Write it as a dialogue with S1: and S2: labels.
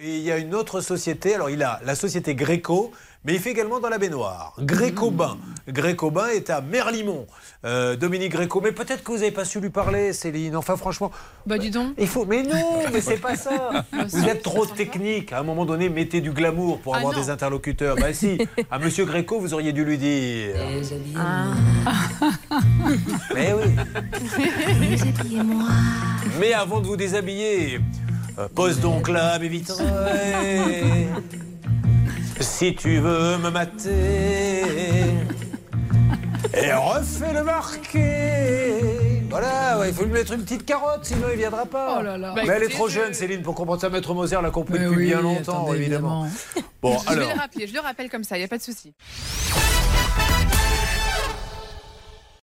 S1: il y a une autre société. Alors, il a la société Gréco, mais il fait également dans la baignoire. Gréco-Bain.
S2: Mmh.
S1: Gréco-Bain est à Merlimont. Euh, Dominique Gréco. Mais peut-être que vous n'avez pas su lui parler, Céline. Enfin, franchement.
S2: Bah, dis donc.
S1: Il faut. Mais non, mais c'est pas ça. Vous êtes trop technique. À un moment donné, mettez du glamour pour
S2: Ah
S1: avoir
S2: non.
S1: des interlocuteurs. Bah, si. À Monsieur Gréco, vous auriez dû lui dire.
S2: Ah.
S1: Mais oui. Mais avant de vous déshabiller, euh, pose donc la baby Si tu veux me mater, et refais le marqué. Voilà, ouais, il faut lui mettre une petite carotte, sinon il viendra pas.
S2: Oh là là.
S1: Mais elle est trop jeune, Céline, pour comprendre ça. Maître Moser l'a compris
S2: Mais
S1: depuis
S2: oui,
S1: bien longtemps,
S2: attendez,
S1: évidemment. Bon,
S3: Je vais
S1: alors.
S3: le rappeler, je le rappelle comme ça, il n'y a pas de souci.